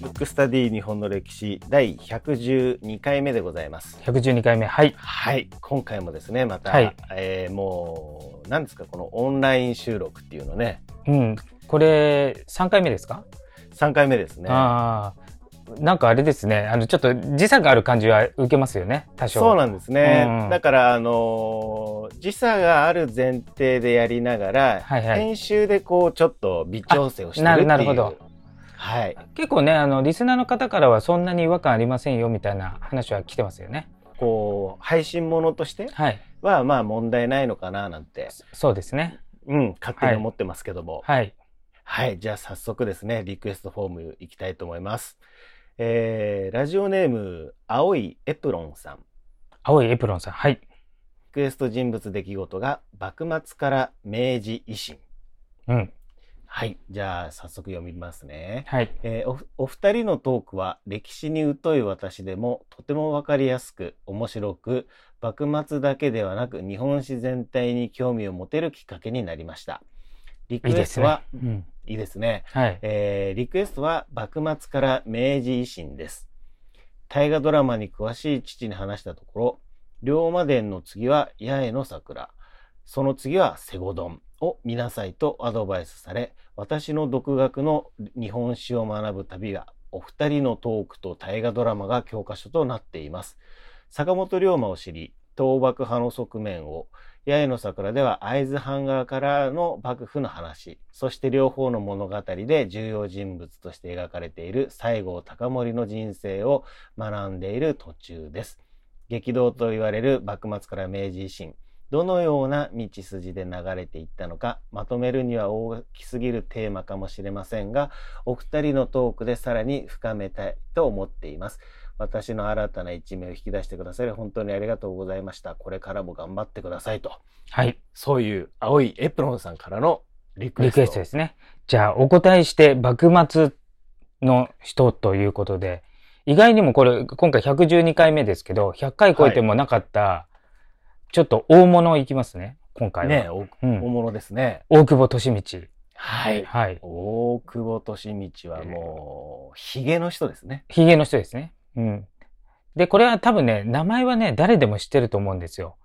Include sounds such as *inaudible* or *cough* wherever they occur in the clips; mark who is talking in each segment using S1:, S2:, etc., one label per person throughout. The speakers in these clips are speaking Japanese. S1: ブックスタディ日本の歴史第112回目でございます。
S2: 112回目はい
S1: はい、今回もですね、また、
S2: はい
S1: えーもう、なんですか、このオンライン収録っていうのね、
S2: うんこれ3回目ですか、
S1: 3回目ですね。
S2: ああなんかあれですねあのちょっと時差がある感じは受けますよね多少
S1: そうなんですね。
S2: うん
S1: だから、あのー時差がある前提でやりながら、
S2: はいはい
S1: 編集でこう、ちょっと微調整をしてる
S2: あ
S1: っていう。
S2: ななるほど。
S1: はい。
S2: 結構ねあのリスナーの方からはそんなに違和感ありませんよみたいな話は来てますよね
S1: こう、配信ものとして
S2: はい
S1: は、まあ問題ないのかななんて、
S2: そそうですね
S1: うん、勝手に思ってますけども。
S2: はい
S1: はい。じゃあ早速ですね、リクエストフォームいきたいと思います。えー、ラジオネーム、青いエプロンさん。
S2: 青いエプロンさんはい
S1: リクエスト人物出来事が幕末から明治維新。
S2: うん
S1: はい。じゃあ早速読みますね。
S2: はい
S1: えーおふお二人のトークは歴史に疎い私でもとてもわかりやすく面白く幕末だけではなく日本史全体に興味を持てるきっかけになりました。リク
S2: いい
S1: エ
S2: で
S1: ス
S2: す
S1: ト
S2: ね
S1: は、
S2: うん
S1: いいですね。
S2: はい
S1: えーリクエストは幕末から明治維新です。大河ドラマに詳しい父に話したところ、龍馬伝の次は八重の桜、その次は瀬古丼を見なさいとアドバイスされ、私の独学の日本史を学ぶ旅が、お二人のトークと大河ドラマが教科書となっています。坂本龍馬を知り、倒幕派の側面を、八重の桜では会津藩側からの幕府の話そして両方の物語で重要人物として描かれている西郷隆盛の人生を学んでいる途中です激動と言われる幕末から明治維新どのような道筋で流れていったのかまとめるには大きすぎるテーマかもしれませんがお二人のトークでさらに深めたいと思っています私の新たな一面を引き出してくださり本当にありがとうございましたこれからも頑張ってくださいと
S2: はい
S1: そういう青いエプロンさんからのリクエ
S2: リ
S1: スト。
S2: クエストですね。じゃあ、お答えして、幕末の人ということで、意外にもこれ、今回112回目ですけど、100回超えてもなかった、ちょっと大物いきますね、今回は。
S1: ね、お
S2: う
S1: 大
S2: ん、
S1: 物ですね。
S2: 大久保利通。
S1: はい。
S2: はい。
S1: 大久保利通はもう、ヒゲの人ですね。
S2: ヒゲの人ですね。うん。で、これは多分ね、名前はね、誰でも知ってると思うんですよ。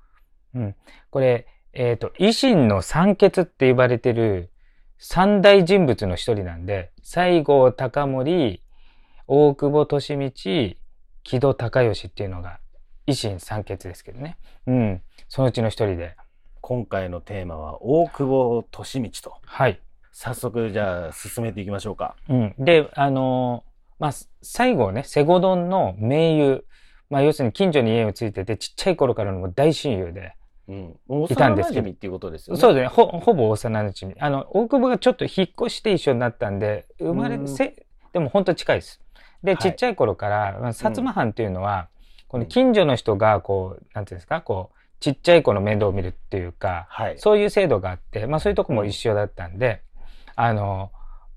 S2: うん。これ、えっ、と、維新の三傑って呼ばれてる三大人物の一人なんで、西郷隆盛、大久保利通、木戸孝允っていうのが維新三傑ですけどね。うん。そのうちの一人で。
S1: 今回のテーマは大久保利通と。
S2: はい。
S1: 早速、じゃあ、進めていきましょうか。
S2: うん、で、あのーまあ、最後ね、セゴドンの盟友、まあ、要するに近所に家をついてて、ちっちゃい頃からのもう大親友で、
S1: うん。幼
S2: いたん
S1: 馴
S2: ですけ
S1: 染
S2: ど
S1: っていうことですよね。
S2: そうですね、ほほぼ幼馴染あの、大久保がちょっと引っ越して一緒になったんで、生ま
S1: う
S2: れ
S1: ん
S2: せ、でも本当近いです。
S1: は
S2: で、
S1: い
S2: ちっちゃい頃から、まあ、薩摩藩っていうのは、こ
S1: う
S2: の
S1: ん
S2: 近所の人が、こう、なんていうんですか、こう、ちっちゃい子の面倒を見るっていうか、
S1: はい。
S2: そういう制度があって、まあそういうとこも一緒だったんで、あの、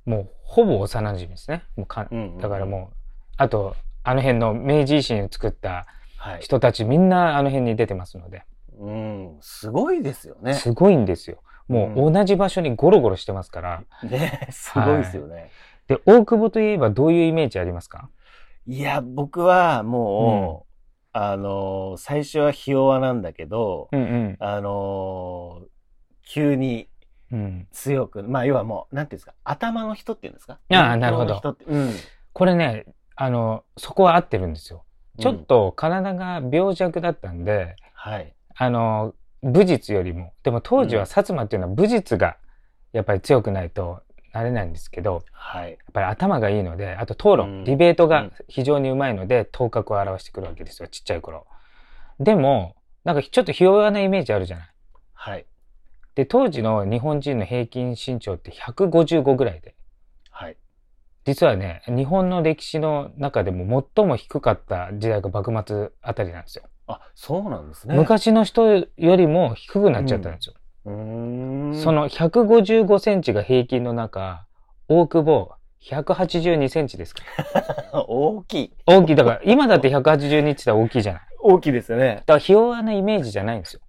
S2: もうほぼ幼馴染ですね。もうか
S1: うんうんうん
S2: だからもう、あと、あの辺の明治維新を作った
S1: はい。
S2: 人たちみんなあの辺に出てますので、
S1: うん。すごいですよね。
S2: すごいんですよ。も
S1: う
S2: う同じ場所にゴロゴロしてますから。
S1: ね、すごいですよね。
S2: で、大久保といえばどういうイメージありますか
S1: いや、僕はもう、あのー、最初はひ弱なんだけど、
S2: うんうん。
S1: あのー、急に、
S2: うん、
S1: 強く、まあ要はもう、なんていうんですか、頭の人っていうんですか
S2: ああなるほ
S1: 頭
S2: ど
S1: の人ってうん。
S2: これね、あの、そこは合ってるんですよ。ちょ
S1: う
S2: っ
S1: ん
S2: と体が病弱だったんで、
S1: はい。
S2: あの、武術よりも、でも当時
S1: うん
S2: は薩摩っていうのは武術がやっぱり強くないとなれないんですけど、や
S1: はい。
S2: っぱり頭がいいので、あと討論、
S1: うん
S2: ディベート
S1: う
S2: が
S1: ん
S2: 非常にうまいので、頭角を表してくるわけですよ、ちっちゃい頃。でも、なんかちょっとひ弱なイメージあるじゃない。
S1: はい。
S2: で、当時の日本人の平均身長って155ぐらいで、
S1: はい。
S2: 実はね、日本の歴史の中でも最も低かった時代が幕末あたりなんですよ。
S1: あ、そうなんですね。
S2: 昔の人よりも低くなっちゃったんですよ。
S1: うーん。
S2: そ、の155センチが平均の中、大久保182センチですから。
S1: *laughs* 大きい。
S2: 大きい。だから、今だって182って言ったら大きいじゃない。だ
S1: 大きいですよね。
S2: から、ひ弱なイメージじゃないんですよ。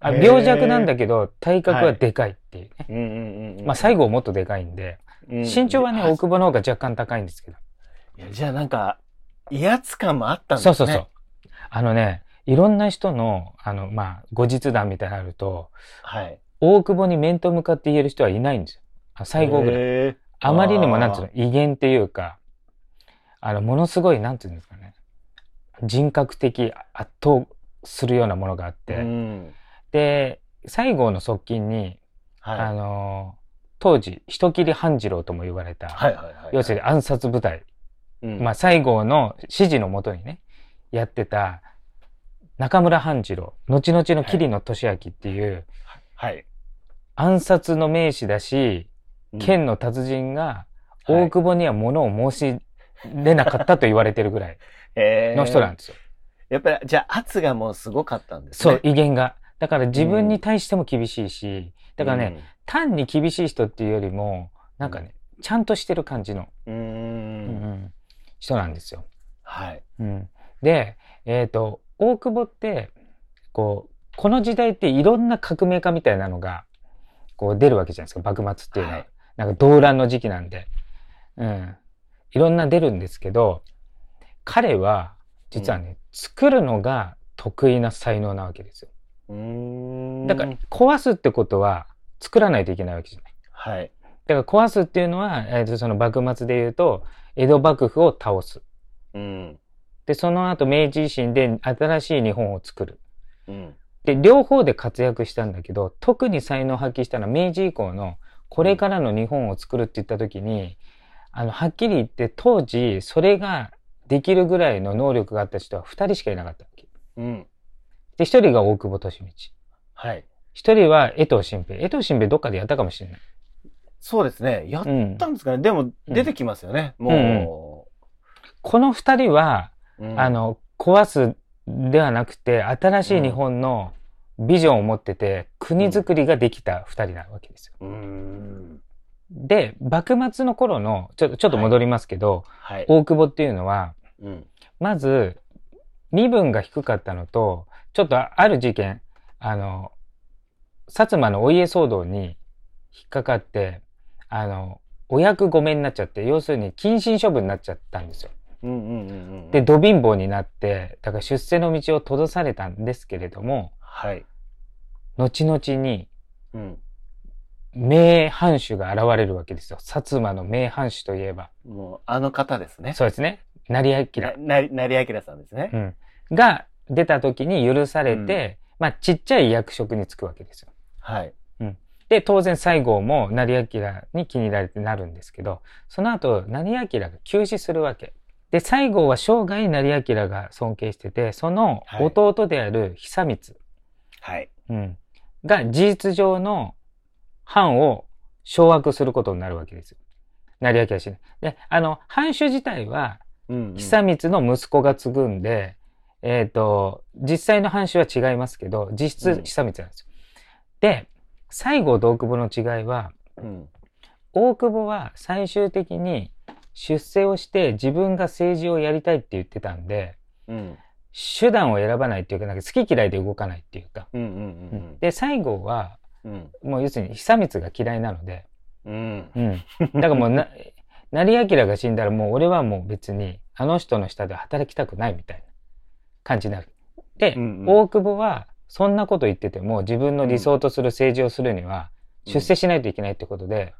S2: あ
S1: へー
S2: 病弱なんだけど、体格はでかいっていうね。ね。
S1: うんうんうんうん
S2: まあ、西郷もっとでかいんで、
S1: うん
S2: 身長はね、
S1: あ
S2: 大久保の方が若干高いんですけど。
S1: いやじゃあなんか、威圧感もあったんです
S2: そ
S1: ね。
S2: うそうそう。あのね、いろんな人の、あの、まあ、後日談みたいなのあると、
S1: はい。
S2: 大久保に面と向かって言える人はいないんですよ。あ西郷ぐらい。
S1: らい。
S2: あまりにも、なんていうの、威厳っていうか、あの、ものすごい、なんていうんですかね、人格的圧倒するようなものがあって、
S1: うん。
S2: で、西郷の側近に、
S1: はい。
S2: あ
S1: はい
S2: のー当時、人切り半次郎とも言われた、
S1: はいはい。
S2: 要するに暗殺部隊、
S1: に、
S2: まあ、西郷の指示のもとにね、やってた、中村半次郎、後々の桐野俊明っていう、
S1: はい。
S2: 暗殺の名士だし、
S1: うん
S2: 剣の達人が、
S1: はい
S2: 大久保には物を申し出なかったと言われてるぐらいの人なん
S1: え
S2: ですよ。
S1: ーやっぱり、じゃあ圧がもうすごかったんです
S2: そう
S1: ね。、
S2: 威厳が。だから自分に対しても厳しいし、だからね、単に厳しい人っていうよりも、なんかね、ちゃんとしてる感じの、
S1: うん。う。
S2: うんん人なんですよ。
S1: はい。
S2: うんで、えっ、と、大久保って、こう、この時代っていろんな革命家みたいなのが、こう出るわけじゃないですか、幕末っていうのは。
S1: はい
S2: なんか動乱の時期なんで。うん。いろんな出るんですけど、彼は、実はね、作るのが得意な才能なわけですよ。
S1: うん。
S2: だから、壊すってことは、作らないといけないわけじゃない
S1: はい。
S2: だから壊すっていうのは、えーとその幕末で言うと江戸幕府を倒す
S1: うん。
S2: でその後明治維新で新しい日本を作る
S1: うん。
S2: で両方で活躍したんだけど特に才能を発揮したのは明治以降のこれからの日本を作るって言った時にあのはっきり言って当時それができるぐらいの能力があった人は2人しかいなかったわけ
S1: うん。
S2: で1人が大久保利通
S1: はい。
S2: 1人は江藤新平江藤新平どっかでやったかもしれない、
S1: そうですね。やっ
S2: うん
S1: たんですかね。でも、出てきますよね。も
S2: この2人は
S1: う。うん
S2: あ、の、壊すではなくて、新しい日本のビジョンを持ってて、国づくりができた二人なわけです
S1: う
S2: よ。
S1: ん。
S2: で、幕末の頃の、ちょっとちょっと戻りますけど、
S1: はい。
S2: 大久保っていうのは、
S1: うん。
S2: まず、身分が低かったのと、ちょっとあある事件、あの、薩摩のお家騒動に引っかかって、あの、お役御免になっちゃって、要するに謹慎処分になっちゃったんですよ。
S1: うんうんうんうん。
S2: で、、ど貧乏になって、だから出世の道を閉ざされたんですけれども、
S1: はい。
S2: 後々に
S1: うん。
S2: 名藩主が現れるわけですよ。薩摩の名藩主といえば。
S1: もう、あの方ですね。
S2: そうですね。成明
S1: な。なり、なりあきらさんですね
S2: う。ん。が出た時に許されて、まあちっちゃい役職に就くわけですよ。
S1: はい。
S2: で、当然西郷も成明に気に入られてなるんですけど、その後、成明が急死するわけ。で、西郷は生涯成明が尊敬してて、その弟である久光。
S1: はい。
S2: うん、が事実上の藩を掌握することになるわけですよ。成明はしない。で、あの、藩主自体は、
S1: うん
S2: 久光の息子が継ぐんで、えっ、と、実際の藩主は違いますけど、実質
S1: うん
S2: 久光なんですよ。で、西郷と大久保の違いは、
S1: うん。
S2: 大久保は最終的に出世をして自分が政治をやりたいって言ってたんで、
S1: うん。
S2: 手段を選ばないっていうか、なんか好き嫌いで動かないっていうか。
S1: うんうん
S2: で、西郷は、
S1: うんうん。
S2: もう要するに久光が嫌いなので、
S1: うん。
S2: うん、だからもうな成明が死んだらもう俺はもう別にあの人の下で働きたくないみたいな感じになる。で、
S1: うんうん
S2: 大久保はそんなこと言ってても自分の理想とする政治をするには
S1: うん
S2: 出世しないといけないってことで、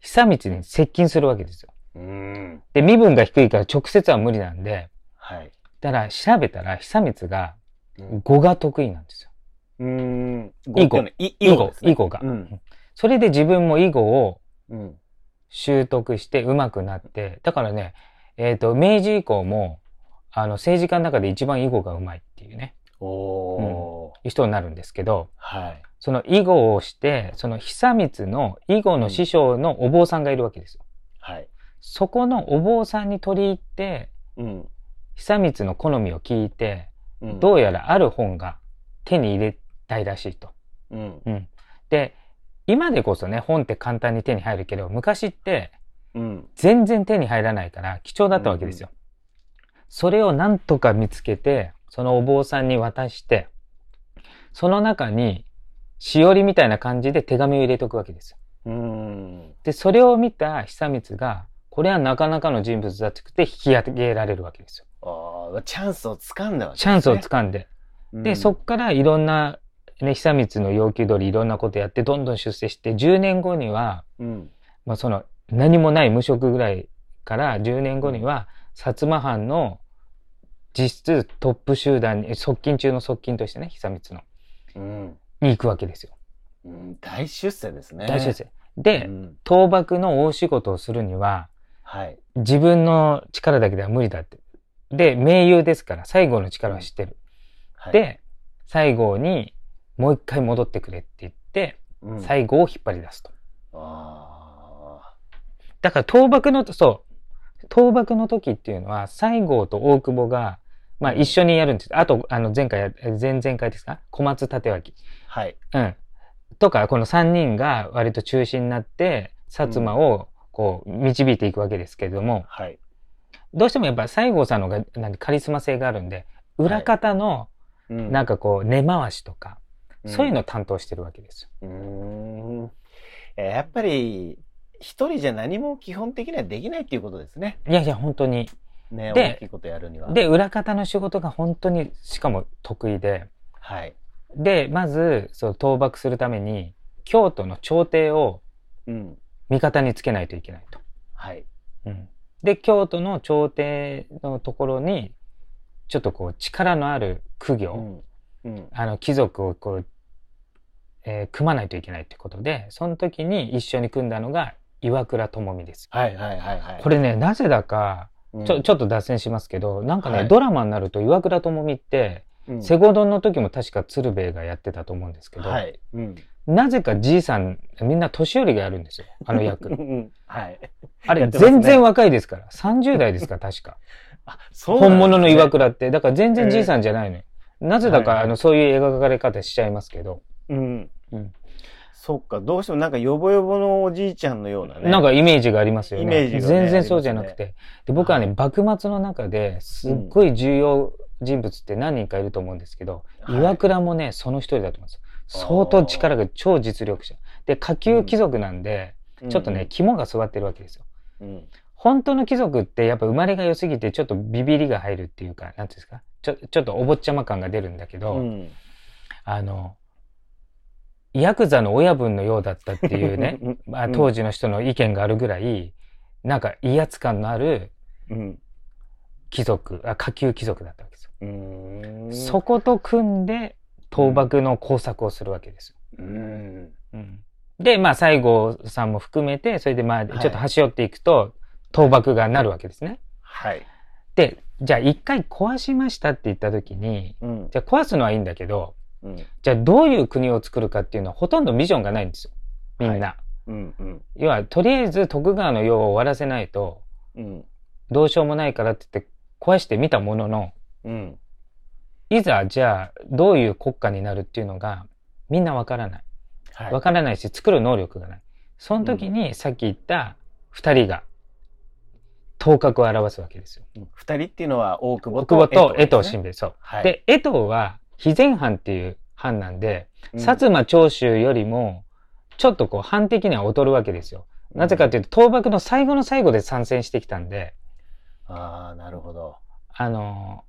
S2: 久光に接近するわけですよ。
S1: うん。
S2: で身分が低いから直接は無理なんで
S1: はい。
S2: だから調べたら久光が
S1: うん
S2: 語が得意なんですよ。
S1: うん。
S2: いい子
S1: ごっていうのはいい子ですね。
S2: いい子が。
S1: うん。
S2: それで自分も囲碁を
S1: うん。
S2: 習得して上手くなって、だからね、えっ、と、明治以降も、あの、政治家の中で一番囲碁が上手いっていうね、
S1: おー。
S2: いう人になるんですけど、
S1: はい。
S2: その囲碁をして、その久光の囲碁の師匠のお坊さんがいるわけですよ。
S1: はい。
S2: そこのお坊さんに取り入って、
S1: うん。
S2: 久光の好みを聞いて、
S1: うん
S2: どうやらある本が手に入れたいらしいと。
S1: うん。
S2: うん。で、今でこそね、本って簡単に手に入るけど、昔って、
S1: うん。
S2: 全然手に入らないから貴重だったわけですよ。それをなんとか見つけて、そのお坊さんに渡して、その中にしおりみたいな感じで手紙を入れておくわけですよ。
S1: うん。
S2: で、それを見た久光が、これはなかなかの人物だってくて引き上げられるわけですよ。
S1: ああ、チャンスをつかんだわけ
S2: チャンスを
S1: か
S2: 掴んで。
S1: ん
S2: で、そっからいろんな、ね、久光の要求通りいろんなことやって、どんどん出世して、10年後には、
S1: うん。
S2: まあ、その何もない無職ぐらいから10年後には薩摩藩の実質トップ集団に側近中の側近としてね久光の
S1: うん。
S2: に行くわけですよ
S1: うん大出世ですね。
S2: 大出世で、
S1: うん。
S2: 倒幕の大仕事をするには
S1: はい。
S2: 自分の力だけでは無理だってで盟友ですから西郷の力は知ってる、
S1: はい、
S2: で西郷にもう一回戻ってくれって言って
S1: うん、
S2: 西郷を引っ張り出すと、
S1: あ
S2: だから倒幕のそう倒幕の時っていうのは西郷と大久保が、まあ、一緒にやるんですあとあの前回やえ前々回ですか小松立脇、
S1: ーはい。
S2: うん、とかこの3人が割と中心になって薩摩をこう導いていくわけですけれども、
S1: はい。
S2: どうしてもやっぱ西郷さんのがなんかカリスマ性があるんで裏方の
S1: うん
S2: なんかこう根回しとか、そういうのを担当してるわけです
S1: う
S2: よ。
S1: ん。うーん。やっぱり、一人じゃ何も基本的にはできないっていうことですね。
S2: いやいや本当に。
S1: ね、
S2: で
S1: 大きいことやるには。
S2: で、裏方の仕事が本当にしかも得意で。
S1: はい。
S2: でまずそう倒幕するために京都の朝廷を
S1: うん。
S2: 味方につけないといけないと。
S1: はい。
S2: うんで京都の朝廷のところにちょっとこう力のある公
S1: う
S2: 業、
S1: ん。うん。
S2: あの貴族をこう、えー組まないといけないということでその時に一緒に組んだのが岩倉智美です。
S1: はいはいはいはい。
S2: これねなぜだか
S1: れ
S2: ちょちょっと脱線しますけどなんかね、
S1: はい
S2: ドラマになると岩倉智美って、
S1: うん、
S2: セゴドンの時も確か鶴瓶がやってたと思うんですけど、
S1: はい。うん。
S2: なぜかじいさん、みんな年寄りがやるんですよ。あの
S1: う *laughs*
S2: 役。
S1: んはい。
S2: あ
S1: や
S2: れ、
S1: ってますね
S2: 全然若いですから。30代ですから、確か。
S1: あ、 *laughs* そうなんですね
S2: 本物の岩。倉って。だから全然じいさんじゃないのよ。なぜだか、
S1: はいはい
S2: あの、そういう描かれ方しちゃいますけど。
S1: うん。
S2: うん
S1: そっか、どうしてもなんかヨボヨボのおじいちゃんのようなね。
S2: なんかイメージがありますよね。
S1: イメージがね
S2: 全然そうじゃなくて。で、僕はね、
S1: は
S2: 幕末の中ですっごい重要人物って何人かいると思うんですけど、
S1: はい
S2: 岩倉もね、その一人だと思うんですよ。相当力が超実力者。で、下級貴族なんで、ちょっとね、肝が座ってるわけですよ。
S1: うん、うん
S2: 本当の貴族ってやっぱ生まれが良すぎてちょっとビビりが入るっていうか、なんていうんですかちょ、ちょっとお坊ちゃま感が出るんだけど、
S1: うん、
S2: あの、ヤクザの親分のようだったっていうね
S1: うん
S2: まあ、当時の人の意見があるぐらい、なんか威圧感のある
S1: うん。
S2: 貴族、あ下級貴族だったわけですよ。
S1: うん。
S2: そこと組んで倒幕の工作をするわけですよ。
S1: うん。
S2: で、まあ西郷さんも含めて、それでまあちょ
S1: はい
S2: っと端折っていくと、倒幕がなるわけですね。
S1: はい。
S2: で、じゃあ一回壊しましたって言った時に、
S1: うん。
S2: じゃあ壊すのはいいんだけど、
S1: うん。
S2: じゃあどういう国を作るかっていうのはほとんどビジョンがないんですよ。みんな。
S1: うん。うん。
S2: 要は、とりあえず徳川の世を終わらせないと、
S1: うん。
S2: どうしようもないからって言って壊してみたものの、
S1: うん。
S2: いざじゃあどういう国家になるっていうのがみんなわからない。
S1: はい。
S2: わからないし作る能力がない。その時にさっき言った二人が頭角を現すわけですよ。
S1: うん二人っていうのは大久保
S2: 奥保と江藤
S1: ですね
S2: 新兵衛。そう。
S1: はい。
S2: で、江藤は、肥前藩っていう藩なんで、
S1: うん、
S2: 薩摩長州よりも、ちょっとこう、藩的には劣るわけですよ。なぜかっていうと、倒幕の最後の最後で参戦してきたんで、
S1: うん。ああ、なるほど。
S2: あの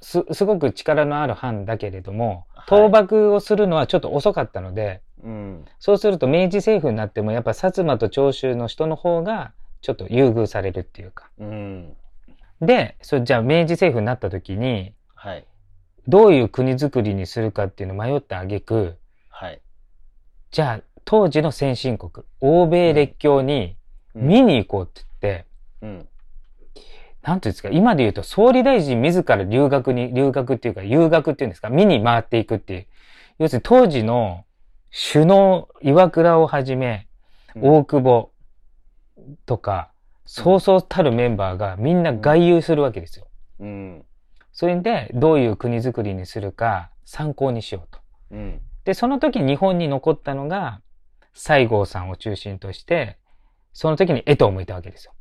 S2: ーす、すごく力のある藩だけれども、
S1: はい
S2: 倒幕をするのはちょっと遅かったので、
S1: うん。
S2: そうすると明治政府になっても、やっぱ薩摩と長州の人の方が、ちょっと優遇されるっていうか。
S1: うん。
S2: で、それじゃあ明治政府になった時に、
S1: はい。
S2: どういう国づくりにするかっていうのを迷った挙句、
S1: はい。
S2: じゃあ当時の先進国欧米列強に
S1: うん
S2: 見に行こうって言って、
S1: うん。
S2: なんていうんですか今で言うと総理大臣自ら留学に留学っていうか遊学っていうんですか見に回っていくっていう要するに当時の首脳岩倉をはじめ大久保とか、そうそうたるメンバーがみんな外遊するわけですよ。
S1: うん。
S2: それでどういう国づくりにするか参考にしようと。
S1: うん。
S2: で、その時日本に残ったのが、西郷さんを中心として、その時に江藤もいたわけですよ。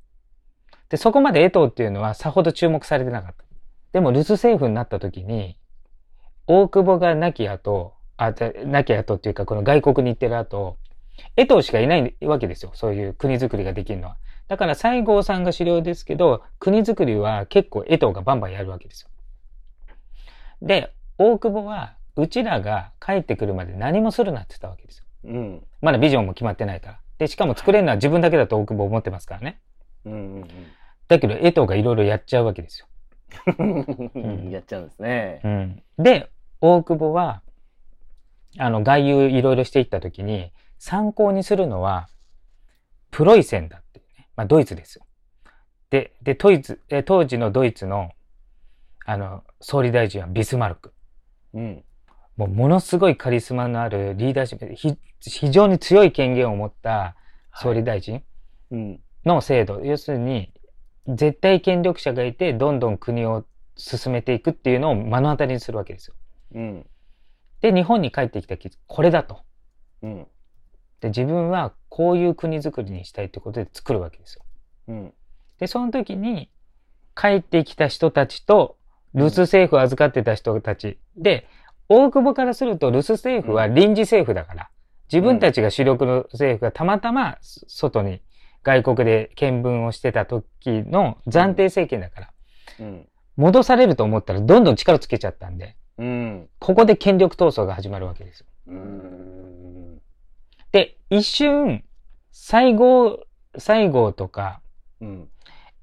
S2: で、そこまで江藤っていうのはさほど注目されてなかった。でも、留守政府になった時に、大久保が亡き後、あたなきゃとっていうか、この外国に行ってる後、江藤しかいないわけですよ。そういう国づくりができるのは。だから西郷さんが主流ですけど、国づくりは結構江藤がバンバンやるわけですよ。で、大久保は、うちらが帰ってくるまで何もするなって言ったわけですよ。
S1: うん。
S2: まだビジョンも決まってないから。で、しかも作れるのは自分だけだと大久保思ってますからね。
S1: うん。
S2: だけど、江藤がいろいろやっちゃうわけですよ。
S1: うん。やっちゃうんですね。
S2: で、大久保は、あの、外遊いろいろしていったときに、参考にするのは、プロイセンだっていうね。まあ、ドイツですよ。で、で、ドイツ、え当時のドイツの、あの、総理大臣はビスマルク。
S1: うん。
S2: もう、ものすごいカリスマのあるリーダーシップ、ひ非常に強い権限を持った総理大臣
S1: うん。
S2: の制度。要するに、絶対権力者がいて、どんどん国を進めていくっていうのを目の当たりにするわけですよ。
S1: うん。
S2: で、日本に帰ってきたきこれだと。
S1: うん。
S2: で、自分はこういう国づくりにしたいってことで作るわけですよ。
S1: うん。
S2: で、その時に、帰ってきた人たちと、留守政府を預かってた人たち。で、大久保からすると留守政府は臨時政府だから、自分たちが主力の政府がたまたまそ外に外国で見聞をしてた時の暫定政権だから、
S1: うん。
S2: 戻されると思ったらどんどん力つけちゃったんで、
S1: うん。
S2: ここで権力闘争が始まるわけですよ。
S1: うん。
S2: で、一瞬、西郷、西郷とか、
S1: うん。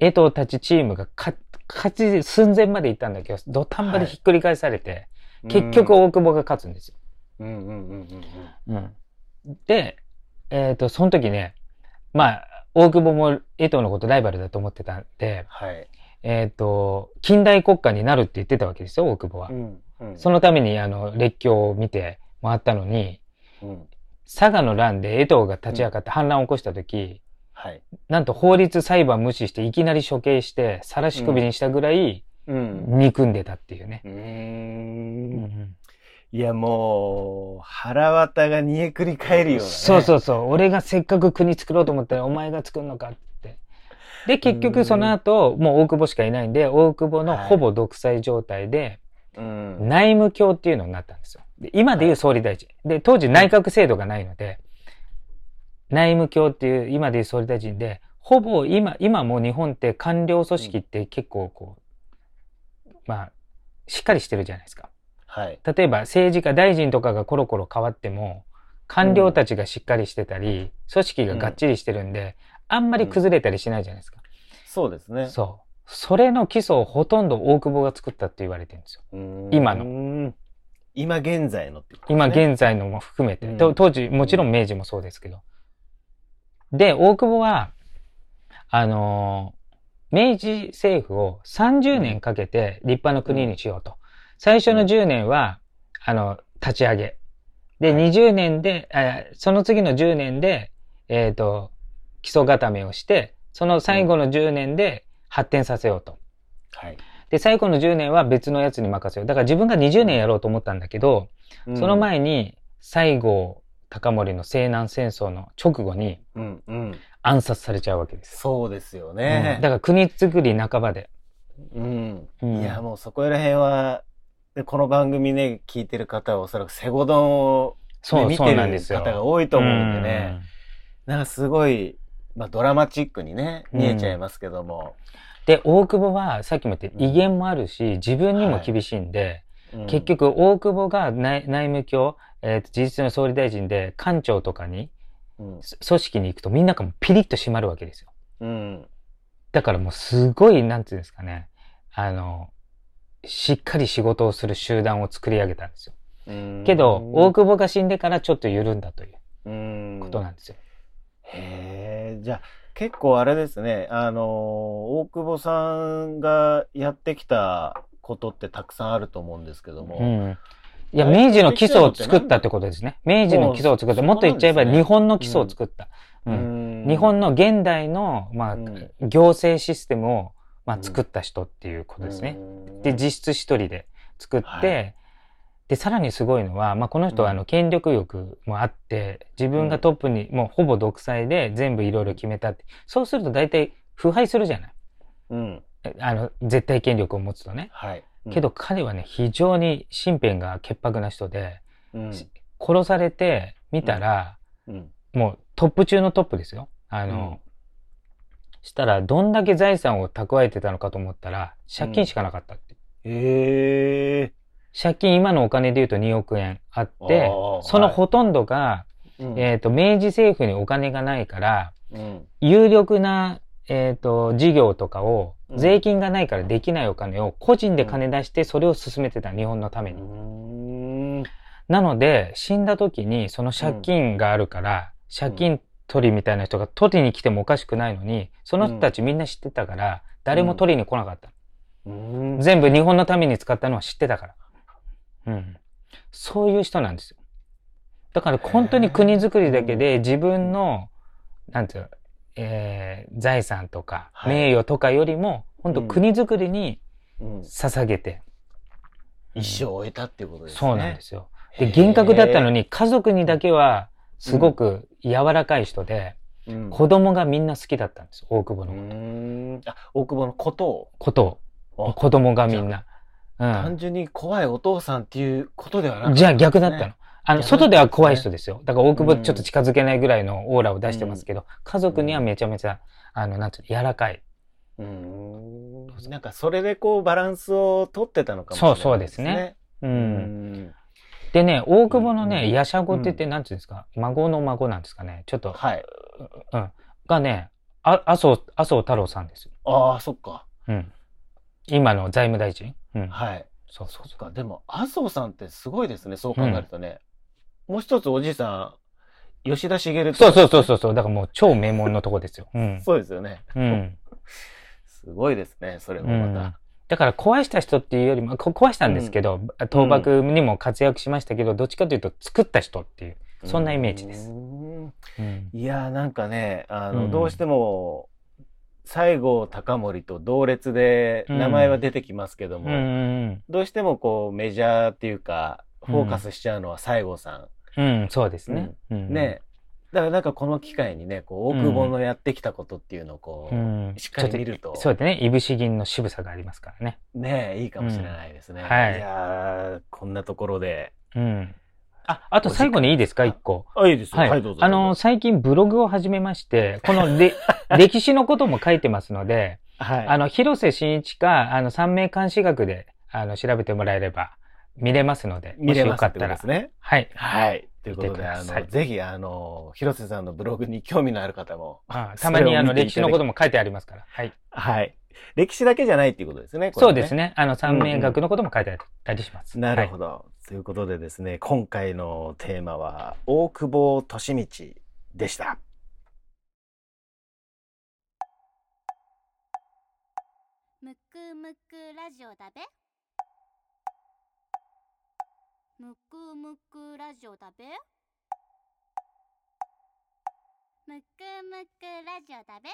S2: 江藤たちチームが勝勝ち寸前まで行ったんだけど、土壇場でひっくり返されて、結局大久保が勝つんですよ。
S1: うん。うん。うん。
S2: で、えっ、と、その時ね、まあ、大久保も江藤のことライバルだと思ってたんで、
S1: はい。
S2: えっ、と、近代国家になるって言ってたわけですよ、大久保は。
S1: ん。うん。
S2: そのために、あの、列強を見て回ったのに、
S1: うん。
S2: 佐賀の乱で江藤が立ち上がって反乱を起こした時、
S1: はい。
S2: なんと法律裁判無視していきなり処刑して、晒し首にしたぐらい
S1: うん。
S2: 憎んでたっていうね。
S1: う。
S2: うんん
S1: いや、もう、腹渡が煮えくり返るような、ね。。
S2: そうそううそう。俺がせっかく国作ろうと思ったらお前が作るのかって。で、結
S1: う
S2: 局
S1: ん
S2: その後、もう大久保しかいないんで、大久保のほぼ独裁状態で、
S1: うん。
S2: 内務卿っていうのになったんですよ。で今でいう総理大臣。で、当時内閣制度がないので、内務卿っていう今でいう総理大臣で、ほぼ今、今もう日本って官僚組織って結構こう、まあ、しっかりしてるじゃないですか。
S1: はい。
S2: 例えば政治家、大臣とかがコロコロ変わっても、官僚たちがしっかりしてたり、組織ががっちりしてるんで、あんまり崩れたりしないじゃないですか。
S1: そうですね。
S2: そう。それの基礎をほとんど大久保が作ったって言われてるんですよ。今の
S1: の。今現在のってこと
S2: 今
S1: ね、
S2: 現在のも含めて、
S1: うん
S2: と当時もちろん明治もそうですけど、で大久保はあのー明治政府を30年かけて立派な国にしようと、最初の10年はあの立ち上げで20年で、えーその次の10年で、えー、と基礎固めをしてその最後の10年で発展させようと、
S1: はい。
S2: で最後の10年は別のやつに任せようだから自分が20年やろうと思ったんだけど、その前に西郷隆盛の西南戦争の直後に
S1: うん。うん。うん。
S2: 暗殺されちゃうわけです。
S1: そうですよ
S2: う
S1: ね
S2: ん。だから国作り半ばで。
S1: うん。
S2: うん
S1: いや、もうそこら辺は、でこの番組ね、聞いてる方はおそらくセゴドンを、ね、
S2: そう、
S1: 見
S2: そう
S1: て
S2: なん
S1: る
S2: ですよ。
S1: 方が多いと思うんで
S2: う
S1: ね
S2: ん。。
S1: なんかすごい、まあドラマチックにね、見えちゃいますけども。
S2: で、大久保はさっきも言った
S1: うん
S2: 威厳もあるし、自分にも厳しいんで、
S1: うん
S2: 結、局大久保が内内務卿、えーと事実上の総理大臣で官庁とかに、
S1: うん。
S2: そ組織に行くとみんながもうピリッと締まるわけですよ。
S1: うん。
S2: だからもうすごい、なんていうんですかね、あの、しっかり仕事をする集団を作り上げたんですよ。
S1: うん
S2: けど、大、久保が死んでからちょっと緩んだという
S1: うん。
S2: ことなんですよ。
S1: へえ、じゃあ結構あれですね、あのー、大久保さんがやってきたことってたくさんあると思うんですけど
S2: う
S1: も、
S2: ん。いや、明治の基礎を作ったってことですね。明治の基礎を作った。
S1: もう
S2: もっと言っちゃえば
S1: そこなんですね
S2: 日本の基礎を作った。うん
S1: うん
S2: 日本の現代の、まあ、
S1: うん
S2: 行政システムを、まあ
S1: う、ん
S2: 作った人っていうことですね。
S1: うん
S2: で、実質一人で作って、
S1: は
S2: で、さらにすごいのは、まあ、この人は、あ
S1: う
S2: の、権力欲もあって、自分がトップに、もうほぼ独裁で全部いろいろ決めたって。そうすると大体腐敗するじゃない。
S1: うん、
S2: あの、絶対権力を持つとね。
S1: はい。
S2: けど、彼はね、非常に身辺が潔白な人で、
S1: うん
S2: 殺されてみたら、
S1: うん
S2: もうトップ中のトップですよ。あの、したら、どんだけ財産を蓄えてたのかと思ったら、借金しかなかったって。
S1: へえ
S2: 借金今のお金で言うと2億円あっ
S1: あ
S2: て
S1: ー、
S2: その
S1: はい
S2: ほとんどが、
S1: うん
S2: えっ、と、明治政府にお金がないから、
S1: うん
S2: 有力な、えっ、と、事業とかを、
S1: うん
S2: 税金がないからできないお金を個人で金出してそれを進めてた、日本のため
S1: う
S2: に。
S1: ーん
S2: なので、死んだ時にその借金があるから、借金取りみたいな人が取りに来てもおかしくないのに、その人たちみんな知ってたから、誰も取りに来なかった。
S1: うーん
S2: 全部日本のために使ったのは知ってたから。うん。そういう人なんですよ。だから本当に国づくりだけで自分の、なんていうの、えー財産とか
S1: はい
S2: 名誉とかよりも、本当
S1: うん
S2: 国づくりに
S1: うん
S2: 捧げて、
S1: 一生を終えたっていうことですね
S2: そうなんですよ。
S1: へ
S2: で、
S1: ー
S2: 厳格だったのに家族にだけはすごく柔らかい人で、
S1: うん
S2: 子供がみんな好きだったんです。大久
S1: う
S2: 保の
S1: ーんあ大久保のこと
S2: ことを。
S1: を
S2: 子供がみんな。うん
S1: 単純に怖いお父さんっていうことではなく
S2: じゃあ逆だったの。
S1: ね
S2: あの、
S1: 逆だった
S2: 外
S1: んですね
S2: では怖い人ですよ。だから大久保ちょっと近づけないぐらいのオーラを出してますけど、家族にはめちゃめちゃ、あの、なんていうの、柔らかい。
S1: うーんなんかそれでこうバランスを取ってたのかもしれない
S2: そうそうですね。う。
S1: うんん
S2: でね、大久保のね、
S1: うん
S2: やしゃごって言って、
S1: う
S2: なんていうんですか、孫の孫なんですかね。ちょっと、
S1: はい。
S2: うん。がね、あ麻生、麻生太郎さんですよ。
S1: ああ、そっか。
S2: うん。今の財務大臣。うん。
S1: はい。
S2: そうそ
S1: そうっ
S2: そ
S1: か。でも、麻生さんってすごいですね。そう考えるとね。もう一つおじいさん、吉田茂
S2: う。そうそうそう
S1: う。
S2: そうそう。だからもう超名門のとこですよ。うん。
S1: そうですよね。
S2: うん。
S1: すごいですね。それも
S2: うん
S1: ま
S2: だから壊した人っていうよりも、こ壊したんですけど、倒幕にも活躍しましたけど、どっちかというと作った人っていう。
S1: た。
S2: そんなイメージです
S1: うーん。いやー、なんかね、あの、
S2: うん
S1: どうしても、西郷隆盛と同列で名前は出てきますけど
S2: う
S1: も、
S2: んうん
S1: どうしてもこうメジャーっていうか、フォーカスしちゃうのは西郷さん
S2: うん、うん、そうですね。うん
S1: ねだからなんかこの機会にねこう大久保のやってきたことっていうのをこう、
S2: うん、
S1: しっかり見ると
S2: ちょっそうですね。いぶし銀の渋さがありますからね。
S1: ねいいかもしれないですね、
S2: うんはい
S1: やーこんなところで
S2: うん。あ、あと最後にいいですか、一個。
S1: あいいです
S2: あの、最近ブログを始めまして、この
S1: *laughs*
S2: れ歴史のことも書いてますので、
S1: はい
S2: あの、広瀬真一か、あの、三名監視学で、あの、調べてもらえれば見れますので、
S1: 見れ
S2: もし
S1: ま
S2: よ
S1: す
S2: か
S1: っ
S2: ってた
S1: ことで
S2: ら
S1: す。ね
S2: はい。
S1: はいということ
S2: 見て
S1: で
S2: くだ
S1: あ
S2: さい
S1: のぜひあの広瀬さんのブログに興味のある方も
S2: あたまにあの
S1: それを見
S2: 歴
S1: て
S2: 史
S1: いただき
S2: のことも書いてありますから。はい。
S1: はい歴史だけじゃないっていうことですねこれ
S2: そうですね。あの、三名
S1: うんう
S2: 学のことも書いてあったりします。
S1: なるほ
S2: ど。
S1: ど、ということでですね今回のテーマは大久保利通でした
S3: むくむくラジオだべむくむくラジオだべむくむくラジオだべ